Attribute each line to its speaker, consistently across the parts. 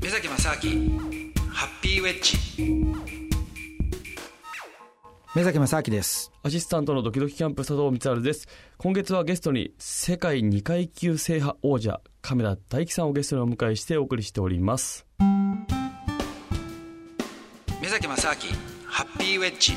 Speaker 1: 目崎正明ハッピーウェッジ目崎正明です
Speaker 2: アシスタントのドキドキキャンプ佐藤光晴です。今月はゲストに世界2階級制覇王者亀田大樹さんをゲストにお迎えしてお送りしております。
Speaker 1: 目崎正明ハッピーウェッジ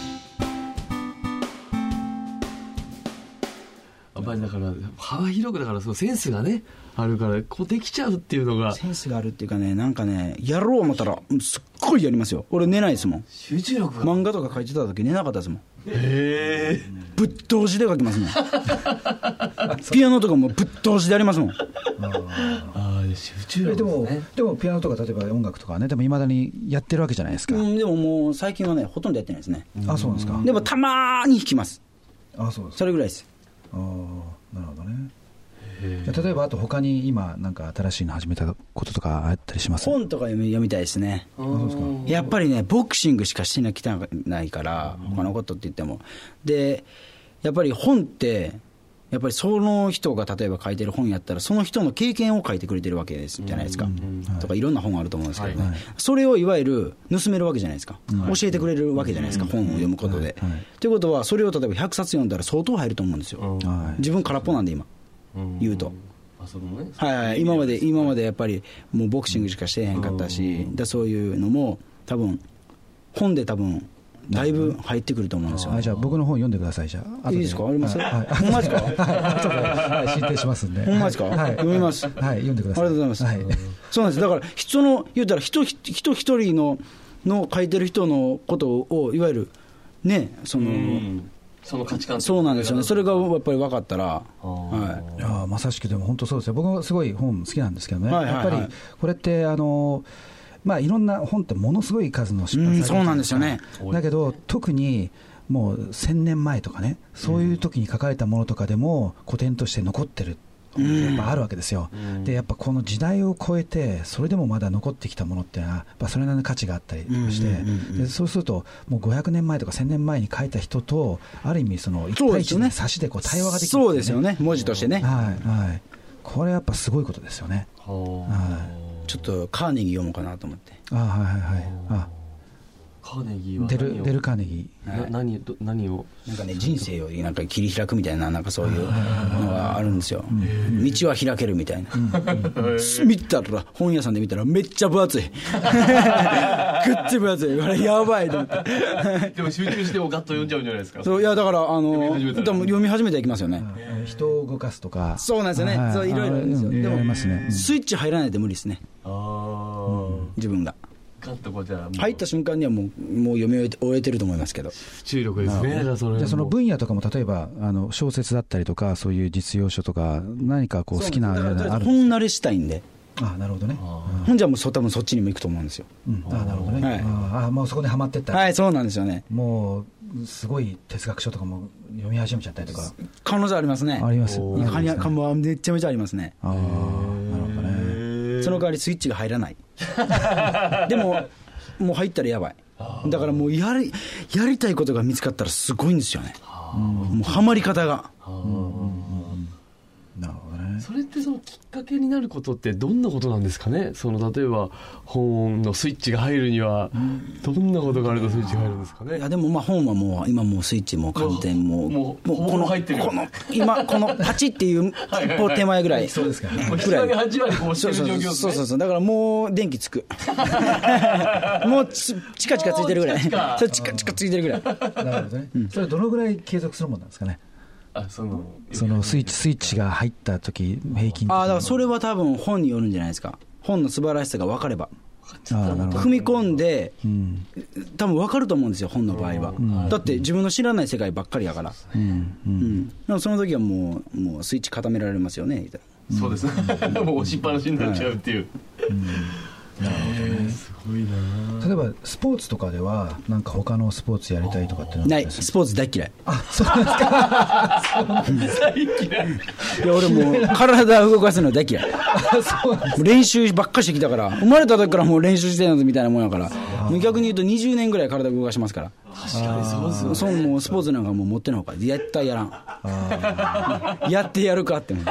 Speaker 3: やっぱりだから幅広くだからそのセンスがねあるからこうできちゃうっていうのが
Speaker 4: センスがあるっていうかね、なんかね、やろう思ったら、うんすっごいやりますよ。俺寝ないですもん。
Speaker 3: 集中力が
Speaker 4: 漫画とか書いてた時寝なかったですもん。
Speaker 3: へえ
Speaker 4: ぶっ通しで書きますもん。 ピアノとかもぶっ通しでやりますもん。
Speaker 3: ああ集中
Speaker 5: え
Speaker 3: 力
Speaker 5: でも
Speaker 3: ね
Speaker 5: でもピアノとか例えば音楽とかねでもいまだにやってるわけじゃないですか、
Speaker 4: うん、でももう最近はね、ほとんどやってないですね。
Speaker 5: あそうなんですか
Speaker 4: でもたまーに弾きます。
Speaker 5: あそうです
Speaker 4: それぐらいです。
Speaker 5: ああなるほどね例えばあと他に今なんか新しいの始めたこととかあったりします
Speaker 4: 本とか読み読みたいですね。やっぱりね、ボクシングしかしてなきたないから、他のことって言っても。で、やっぱり本って、やっぱりその人が例えば書いてる本やったら、その人の経験を書いてくれてるわけですじゃないですか、とかいろんな本あると思うんですけどね、それをいわゆる盗めるわけじゃないですか、教えてくれるわけじゃないですか、本を読むことで。と、い、うことは、それを例えば100冊読んだら相当入ると思うんですよ、
Speaker 5: はい
Speaker 4: 自分空っぽなんで、今、言うと。
Speaker 3: あそこもね
Speaker 4: はいはい、今まで、今までやっぱり、もうボクシングしかしてへんかったし、だそういうのも、多分本で多分だいぶ入ってくると思うんですよ、
Speaker 5: あじゃあ僕の本読んでくださいじゃあ後
Speaker 4: いいですか、あります、
Speaker 5: はい
Speaker 4: ほんまですか、
Speaker 5: 後ではい進呈しますんで
Speaker 4: ほんまですか
Speaker 5: はい
Speaker 4: 読みます
Speaker 5: はい読んでください
Speaker 4: ありがとうございます。そうなんです。だから、人の、言うたら人、人人一人の、の書いてる人のことを、いわゆる、ね、その、
Speaker 3: その価値観
Speaker 4: そうなんですよね。それがやっぱり分かったら、はい。
Speaker 5: いやーまさしくでも本当そうですよ、僕もすごい本好きなんですけどね、
Speaker 4: はいはいはい
Speaker 5: やっぱりこれって、あのまあ、いろんな本ってものすごい数の出版されてるじゃい
Speaker 4: うん
Speaker 5: か
Speaker 4: そうなんですよね
Speaker 5: だけど、特にもう1000年前とかね、そういう時に書かれたものとかでも、古典として残ってる。やっぱあるわけですよ、でやっぱこの時代を超えて、それでもまだ残ってきたものっていうのは、やっぱそれなりの価値があったりとかして、でそうすると、もう500年前とか1000年前に書いた人と、ある意味、その一対一の差しでこう対話ができるってい
Speaker 4: そうですよね、文字としてね。
Speaker 5: はいはい、これやっぱすごいことですよね。はい、
Speaker 4: ちょっとカーネギー読もうかなと思って。
Speaker 5: あはいはいはい。あ
Speaker 3: カーネギーは
Speaker 5: デ
Speaker 3: 何
Speaker 5: ル
Speaker 3: を
Speaker 5: デルカーネギ
Speaker 3: な何ど何 を
Speaker 4: なんかね、人生をなんか切り開くみたいな、なんかそういうのがあるんですよ、道は開けるみたいな、 見たら、本屋さんで見たら、めっちゃ分厚い、 ぐっち分厚い、これ、やばいと思って、
Speaker 3: でも集中してもガッと読んじゃうんじゃないですか
Speaker 4: そういやだから、あ
Speaker 3: 読み
Speaker 4: の
Speaker 3: 始めたら
Speaker 4: 多分読み始めていきますよね、
Speaker 5: ー。人を動かすとか。
Speaker 4: そうなんですよね
Speaker 5: は
Speaker 4: そういろいろあるんですよ
Speaker 5: うんいろいろありますね。
Speaker 4: スイッチ入らないと無理ですね、
Speaker 3: あー
Speaker 4: 自分が。
Speaker 3: ガッとこうじゃあもう
Speaker 4: 入った瞬間にはもうもう読み終え終えてると思いますけど、
Speaker 3: 集中力ですねだからそれ
Speaker 5: じゃあその
Speaker 3: もう
Speaker 5: 分野とかも例えばあの小説だったりとかそういう実用書とか何かこう好きな
Speaker 4: だからとりあ
Speaker 5: あ
Speaker 4: えず
Speaker 5: る
Speaker 4: 本慣れしたいんで、
Speaker 5: あなるほどね。
Speaker 4: 本じゃもうそ多分そっちにも行くと思うんですよ。
Speaker 5: うんあなるほど
Speaker 4: はい
Speaker 5: ね。ああもうそこにはまってった。
Speaker 4: はい、そうなんですよね。
Speaker 5: もうすごい哲学書とかも読み始めちゃったりとか
Speaker 4: 可能性ありますね。
Speaker 5: あります。
Speaker 4: いやカニカムはめちゃめちゃありますね、
Speaker 5: ああなるほどね。
Speaker 4: その代わりスイッチが入らない、でも、もう入ったらやばい、だからもうやりやりたいことが見つかったらすごいんですよね、もうハマり方が、
Speaker 5: なるほどね。
Speaker 3: それってそのきっかけになることってどんなことなんですかねその例えば本のスイッチが入るにはどんなことがあるとスイッチが入るんですか
Speaker 4: い
Speaker 3: ね
Speaker 4: やでもまあ本はもう、今もうスイッチもう完全もう、
Speaker 3: もうほぼ
Speaker 4: この
Speaker 3: 入ってる
Speaker 4: この今、このパチっていう一歩手前ぐらい、そうですか、
Speaker 3: もう
Speaker 4: ぐ
Speaker 3: 7
Speaker 4: ら
Speaker 3: 割
Speaker 4: い。
Speaker 3: 8割こうして
Speaker 4: そう
Speaker 3: る状
Speaker 4: そう
Speaker 3: 況ですね
Speaker 4: そうそうそうそうだからもう電気 つくもうちチカチカついてるぐらい
Speaker 3: もうチカチカ
Speaker 4: そうチカチカついてるぐらい
Speaker 5: なるほどね。それはどのぐらい継続するもんなんですかね。
Speaker 3: あその
Speaker 5: そのスイッチスイッチが入った時平均
Speaker 4: ああだからそれは多分本によるんじゃないですか本の素晴らしさが分かれば
Speaker 5: あーなるほ
Speaker 4: 踏み込んで、多分分かると思うんですよ本の場合は、だって自分の知らない世界ばっかりやから、うんでもその時はもうもうスイッチ固められますよね言うたら
Speaker 3: そうですね もう押しっぱなしになっちゃうっていう、すごいな
Speaker 5: ど例えばスポーツとかではなんか他のスポーツやりたいとかってのは
Speaker 4: ないスポーツ大嫌い
Speaker 3: 大嫌い
Speaker 4: いや俺もう体を動かすの大嫌いもう練習ばっかりしてきたから生まれた時からもう練習してるのみたいなもんやから逆に言うと20年ぐらい体動かしますから
Speaker 3: 確かにそうですよ
Speaker 4: そうもうスポーツなんかもう持ってないほうが絶対やらんやってやるかって思う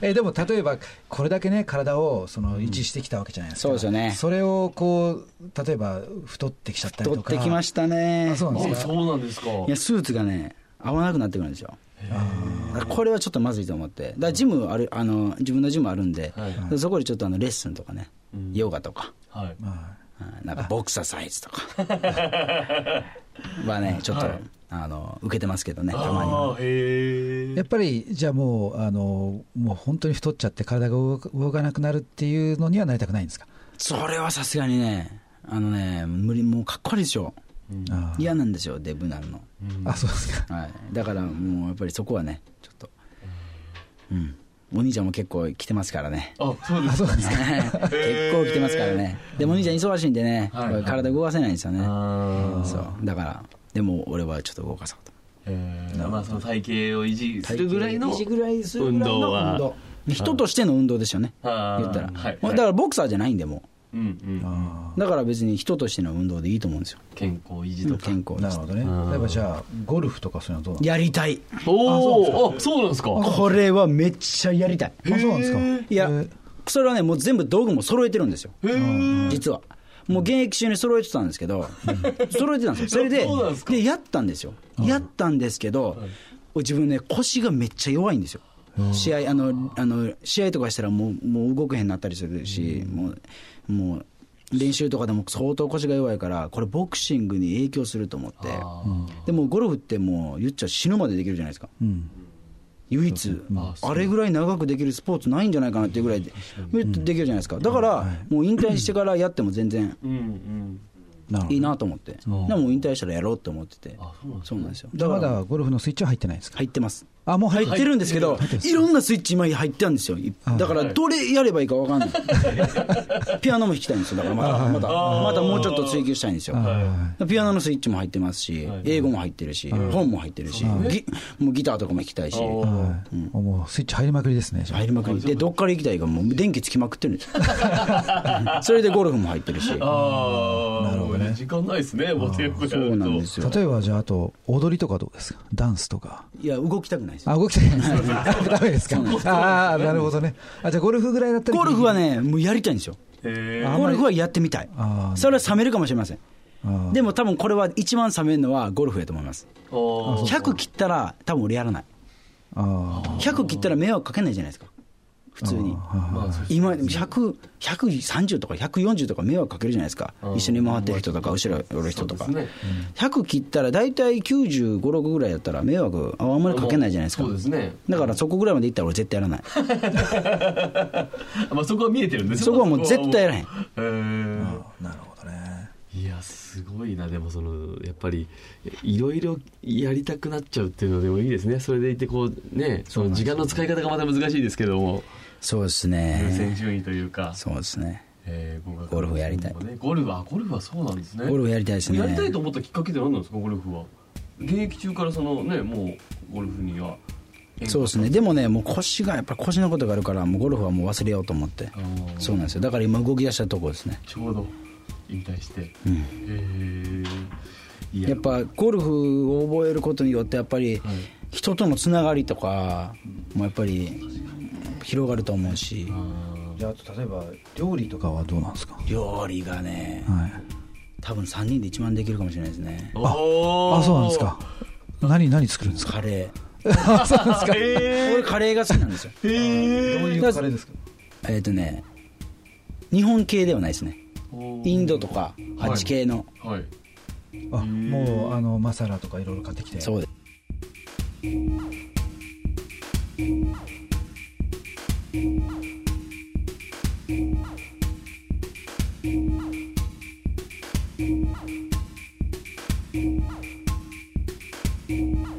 Speaker 5: えでも例えば、これだけね、体をその維持してきたわけじゃないですか、
Speaker 4: そうですよね
Speaker 5: それをこう例えば太ってきちゃったり
Speaker 4: 取
Speaker 5: と
Speaker 4: っ
Speaker 5: か、
Speaker 4: てきましたね
Speaker 5: あそうなん
Speaker 3: あ
Speaker 5: ですか、
Speaker 3: そうなんですか
Speaker 4: いやスーツがね合わなくなってくるんですよだからこれはちょっとまずいと思ってだからジムあるあの自分のジムあるんで、
Speaker 5: はい
Speaker 4: そこでちょっとあのレッスンとかね、ヨガとか
Speaker 3: はい
Speaker 5: まあ
Speaker 4: あなんかボクサーサイズとかはねちょっと、あの受けてますけどねたまに
Speaker 3: あ
Speaker 4: は
Speaker 3: ーへ
Speaker 5: やっ
Speaker 3: え
Speaker 5: ぱりじゃあもうあの、もう本当に太っちゃって、体が動か動かなくなるっていうのにはなりたくないんですか、
Speaker 4: それはさすがにねあのね無理もうかっこ悪いでしょ
Speaker 5: あー
Speaker 4: 嫌なんですよデブなるの、
Speaker 5: あそうですか、
Speaker 4: はい、だからもうやっぱりそこはねちょっとうんお兄ちゃんも結構来てますからね
Speaker 3: あそうですか
Speaker 4: 結構来てますからね、でもお兄ちゃん忙しいんでね、
Speaker 3: はいはい
Speaker 4: 体動かせないんですよね、
Speaker 3: あー
Speaker 4: そうだから、でも俺はちょっと動かそうと、
Speaker 3: えーまあその体型を維持するぐらいの
Speaker 4: 体型維持ぐらいするぐらいの
Speaker 3: 運動は
Speaker 4: 運動人としての運動ですよね、
Speaker 3: あー
Speaker 4: 言ったら、
Speaker 3: はい
Speaker 4: まあだからボクサーじゃないんで、も
Speaker 3: うんうん
Speaker 5: あ
Speaker 4: うだから別に人としての運動でいいと思うんですよ、
Speaker 3: 健康維持とか
Speaker 4: 健
Speaker 5: ー
Speaker 4: 康で
Speaker 5: なる
Speaker 4: す
Speaker 5: ほどね、
Speaker 3: うん
Speaker 5: 例えばじゃあ、ゴルフとかそういうのはどうな
Speaker 4: やりたい、
Speaker 3: おおあそうなんですか
Speaker 4: これはめっちゃやりたい、
Speaker 5: のあそうなんですか、
Speaker 4: いや
Speaker 5: えー、
Speaker 4: それはね、もう全部道具も揃えてるんですよ。
Speaker 3: へえ
Speaker 4: 実は。もう現役中に揃えてたんですけど、揃えてたんですよ、それで
Speaker 3: そうなんです、か
Speaker 4: でやったんですよ、やったんですけど、自分ね、腰がめっちゃ弱いんですよ、試合あのあの試合とかしたらもう、もう動けへんなったりするし、もう、もう練習とかでも相当腰が弱いから、これ、ボクシングに影響すると思って、でもゴルフってもう、言っちゃ死ぬまでできるじゃないですか。
Speaker 5: うん、
Speaker 4: 唯一、あれぐらい長くできるスポーツないんじゃないかなっていうぐらいで、できるじゃないですか、だから、もう引退してからやっても全然
Speaker 3: うんうん
Speaker 5: なるほど
Speaker 4: いいなと思って、でも引退したらやろうと思ってて、そうなんですよ、
Speaker 5: じゃ
Speaker 4: だ
Speaker 5: あ
Speaker 4: か
Speaker 5: ま
Speaker 4: ら
Speaker 5: だゴルフのスイッチは入ってないんですか、
Speaker 4: 入ってます、
Speaker 5: あもう
Speaker 4: 入
Speaker 5: 入っ
Speaker 4: ってるんですけど、いろんなスイッチ、今、入ってるんですよ、だからどれやればいいか分か んない、ピアノも弾きたいんですよ、だからまた、また、またもうちょっと追求したいんですよ。
Speaker 5: は
Speaker 4: ピアノのスイッチも入ってますし、英語も入ってるし、本も入ってるし、ギもうギターとかも弾きたいし、
Speaker 5: いはいもうスイッチ入りまくりですね、じゃあ
Speaker 4: 入りまくりでどっから行きたいかもう電気つきまくってるんですよそれでゴルフも入ってるし
Speaker 3: ああ
Speaker 5: なるほどね
Speaker 3: 時間ないですねもうテープや
Speaker 4: そう
Speaker 3: る
Speaker 4: なんで
Speaker 3: と
Speaker 4: すよ
Speaker 5: 例えばじゃあ、あと踊りとかどうですか、ダンスと か、
Speaker 4: いや動きたくないです
Speaker 5: あ動きたくないですか、 ダメですか、ああ、なるほどね、あじゃあ、ゴルフぐらいだったら、
Speaker 4: ゴルフはねもうやりたいんですよ
Speaker 3: へ
Speaker 5: あんまり
Speaker 4: ゴルフはやってみたい
Speaker 5: あー
Speaker 4: それは冷めるかもしれません
Speaker 5: あー
Speaker 4: でも多分これは一番冷めるのはゴルフやと思います
Speaker 3: ーおー
Speaker 4: 100切ったら多分俺やらない
Speaker 5: あー
Speaker 4: 100切ったら迷惑かけないじゃないですか普通に今100 130とか140とか迷惑かけるじゃないですか一緒に回ってる人とか後ろ寄る人とか
Speaker 3: そうですね
Speaker 4: 100切ったら大体9 5 6ぐらいだったら迷惑ああんまりかけないじゃないですか
Speaker 3: そうですね
Speaker 4: だからそこぐらいまでいったら俺絶対 やらない
Speaker 3: まあそこは見えてるんです
Speaker 4: そこはもう絶対やらへん
Speaker 3: へー
Speaker 5: なるほどね、
Speaker 3: いやすごいなでもそのやっぱりいろいろやりたくなっちゃうっていうのでもいいですねそれでいてこうねその時間の使い方がまた難しいですけども
Speaker 4: そうです
Speaker 3: 優先
Speaker 4: ね
Speaker 3: 順位というか、
Speaker 4: そうですね
Speaker 3: えー
Speaker 4: ゴルフやりたい
Speaker 3: ゴルフはゴルフはそうなんですね
Speaker 4: ゴルフやりたいですね
Speaker 3: やりたいと思ったきっかけって何なんですかゴルフは現役中からそのねもうゴルフには
Speaker 4: そうですねでもねもう腰がやっぱり腰のことがあるからもうゴルフはもう忘れようと思って
Speaker 3: ー
Speaker 4: そうなんですよだから今動き出したとこですね
Speaker 3: ちょうど引退して、
Speaker 4: うん
Speaker 3: えーい
Speaker 4: やっぱゴルフを覚えることによってやっぱり人とのつながりとかもやっぱり広がると思うし
Speaker 5: じゃあ、あと例えば料理とかはどうなんですか、はい、
Speaker 4: 料理がね多分3人で一番できるかもしれないですね
Speaker 3: あ
Speaker 5: あそうなんですか、何、何作るんですか、
Speaker 4: カレ
Speaker 5: あそうなんですか、
Speaker 4: ー俺カレーが好きなんですよ
Speaker 5: どういうカレーですか、
Speaker 4: えっとね日本系ではないですねインドとかあっち系の、
Speaker 3: はい
Speaker 5: あもうあのマサラとかいろいろ買ってきて、
Speaker 4: そうです
Speaker 5: あ